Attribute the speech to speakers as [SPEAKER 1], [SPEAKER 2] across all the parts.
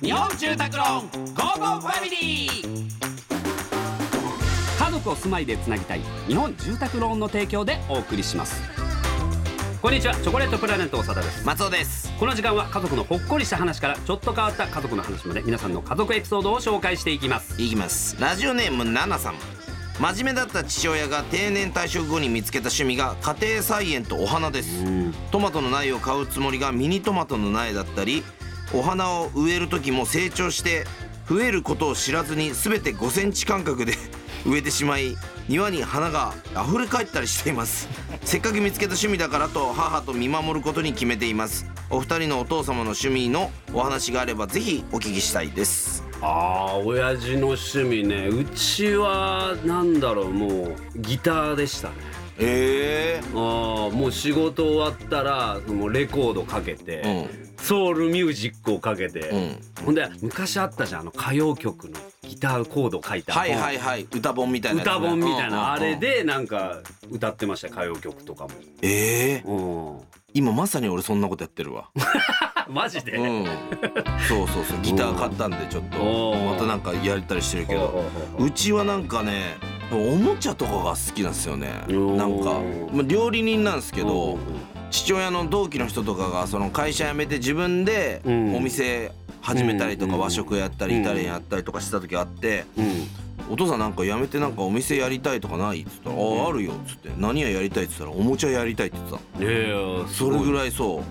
[SPEAKER 1] 日本住宅ローンゴーゴーファミリー家族を住まいでつなぎたい日本住宅ローンの提供でお送りしますこんにちはチョコレートプラネット長田です
[SPEAKER 2] 松尾です
[SPEAKER 1] この時間は家族のほっこりした話からちょっと変わった家族の話まで皆さんの家族エピソードを紹介していきます
[SPEAKER 2] いきますラジオネームナナさん真面目だった父親が定年退職後に見つけた趣味が家庭菜園とお花ですトマトの苗を買うつもりがミニトマトの苗だったりお花を植える時も成長して増えることを知らずに全て5センチ間隔で 植えてしまい庭に花が溢れ返ったりしていますせっかく見つけた趣味だからと母と見守ることに決めていますお二人のお父様の趣味のお話があればぜひお聞きしたいです
[SPEAKER 1] ああ親父の趣味ねうちはなんだろうもうギターでしたね
[SPEAKER 2] え
[SPEAKER 1] あーもう仕事終わったらもうレコードかけて、
[SPEAKER 2] えうん
[SPEAKER 1] ソウルミュージックをかけて、
[SPEAKER 2] う
[SPEAKER 1] ほんで昔あったじゃんあの歌謡曲のギターコード書いた、
[SPEAKER 2] はいはいはい歌本みたいなやつね
[SPEAKER 1] 歌本みたい
[SPEAKER 2] うんうんうん
[SPEAKER 1] なあれでなんか歌ってました歌謡曲とか
[SPEAKER 2] ええ
[SPEAKER 1] も、
[SPEAKER 2] 今まさに俺そんなことやって るわ
[SPEAKER 1] うん、マジで、
[SPEAKER 2] うんそうそうそうギター買ったんでちょっと
[SPEAKER 1] おー
[SPEAKER 2] またなんかやれたりしてるけ
[SPEAKER 1] ほうほ
[SPEAKER 2] ど
[SPEAKER 1] うほう
[SPEAKER 2] うちはなんかねおもちゃとかが好きなんですよね
[SPEAKER 1] おー
[SPEAKER 2] なんか、まあ、料理人なんですけ
[SPEAKER 1] う
[SPEAKER 2] ど
[SPEAKER 1] んうんうん
[SPEAKER 2] 父親の同期の人とかがその会社辞めて自分でお
[SPEAKER 1] うん
[SPEAKER 2] 店始めたりと
[SPEAKER 1] うんうん
[SPEAKER 2] か
[SPEAKER 1] うん
[SPEAKER 2] 和食やったりイタリアンやったりとかしてた時あってお父さんなんか辞めてなんかお店やりたいとかないっつったら「あ
[SPEAKER 1] うん
[SPEAKER 2] ああるよ」っつって「何ややりたい」っつったら「おもちゃやりたい」って言って
[SPEAKER 1] うん、いやいや
[SPEAKER 2] た
[SPEAKER 1] す
[SPEAKER 2] そ
[SPEAKER 1] ごい
[SPEAKER 2] れぐらいそ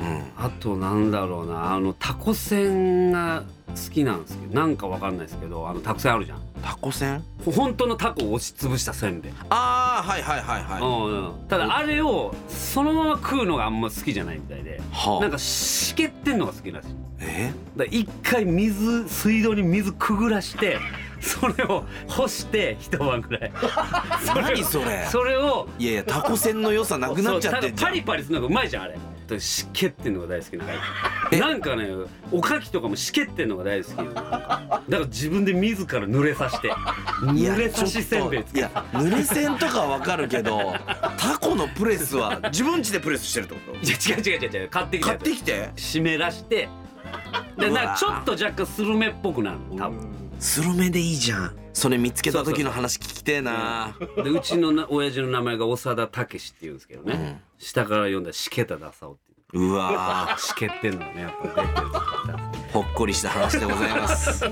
[SPEAKER 2] ううん
[SPEAKER 1] あとなんだろうなあのタコ船が好きなんですけどなんかわかんないですけどあのたくさんあるじゃん
[SPEAKER 2] タコ船
[SPEAKER 1] ほ本当のタコを押しつぶしたせんべい、
[SPEAKER 2] ああはいはいはいはい
[SPEAKER 1] うんうんただあれをそのまま食うのがあんま好きじゃないみたいで
[SPEAKER 2] はあ
[SPEAKER 1] なんかしけってんのが好きらしい
[SPEAKER 2] え
[SPEAKER 1] だから一回水水道に水くぐらしてそれを干して一晩ぐ らいそれ
[SPEAKER 2] 何
[SPEAKER 1] を
[SPEAKER 2] それ
[SPEAKER 1] それを
[SPEAKER 2] いやいやタコ船の良さなくなっちゃって
[SPEAKER 1] そうんた
[SPEAKER 2] じ
[SPEAKER 1] だ
[SPEAKER 2] ゃ
[SPEAKER 1] パリ
[SPEAKER 2] ん
[SPEAKER 1] パリするのがうまいじゃんあれだからしけってんのが大好きな
[SPEAKER 2] え
[SPEAKER 1] なんかねおかきとかもしけってんのが大好きなんかだから自分で自ら濡れさして
[SPEAKER 2] いや
[SPEAKER 1] 濡れさしせんべい
[SPEAKER 2] ちょっといや濡れせんとかはわかるけど タコのプレスは自分家でプレスしてるってこ
[SPEAKER 1] いや違う違う違う違う買って
[SPEAKER 2] と
[SPEAKER 1] きたや
[SPEAKER 2] 買っ
[SPEAKER 1] つ
[SPEAKER 2] てきて
[SPEAKER 1] 湿らしてで
[SPEAKER 2] うわ
[SPEAKER 1] なんかちょっと若干スルメっぽくなるの多分
[SPEAKER 2] スルメでいいじゃんそれ見つけた時の話聞きてえな
[SPEAKER 1] でうちのな親父の名前が長田武史って言うんですけどね、下から読んだらしけたださおっていう
[SPEAKER 2] うわ
[SPEAKER 1] しけってんのねやっぱね
[SPEAKER 2] ーほっこりした話でございます
[SPEAKER 1] さ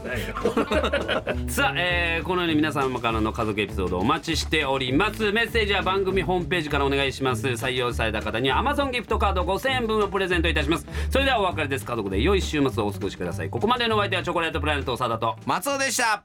[SPEAKER 1] あ、えーこのように皆様からの家族エピソードお待ちしておりますメッセージは番組ホームページからお願いします採用された方には Amazon ギフトカード5000円分をプレゼントいたしますそれではお別れです家族で良い週末をお過ごしくださいここまでのお相手はチョコレートプラネット長田と
[SPEAKER 2] 松尾でした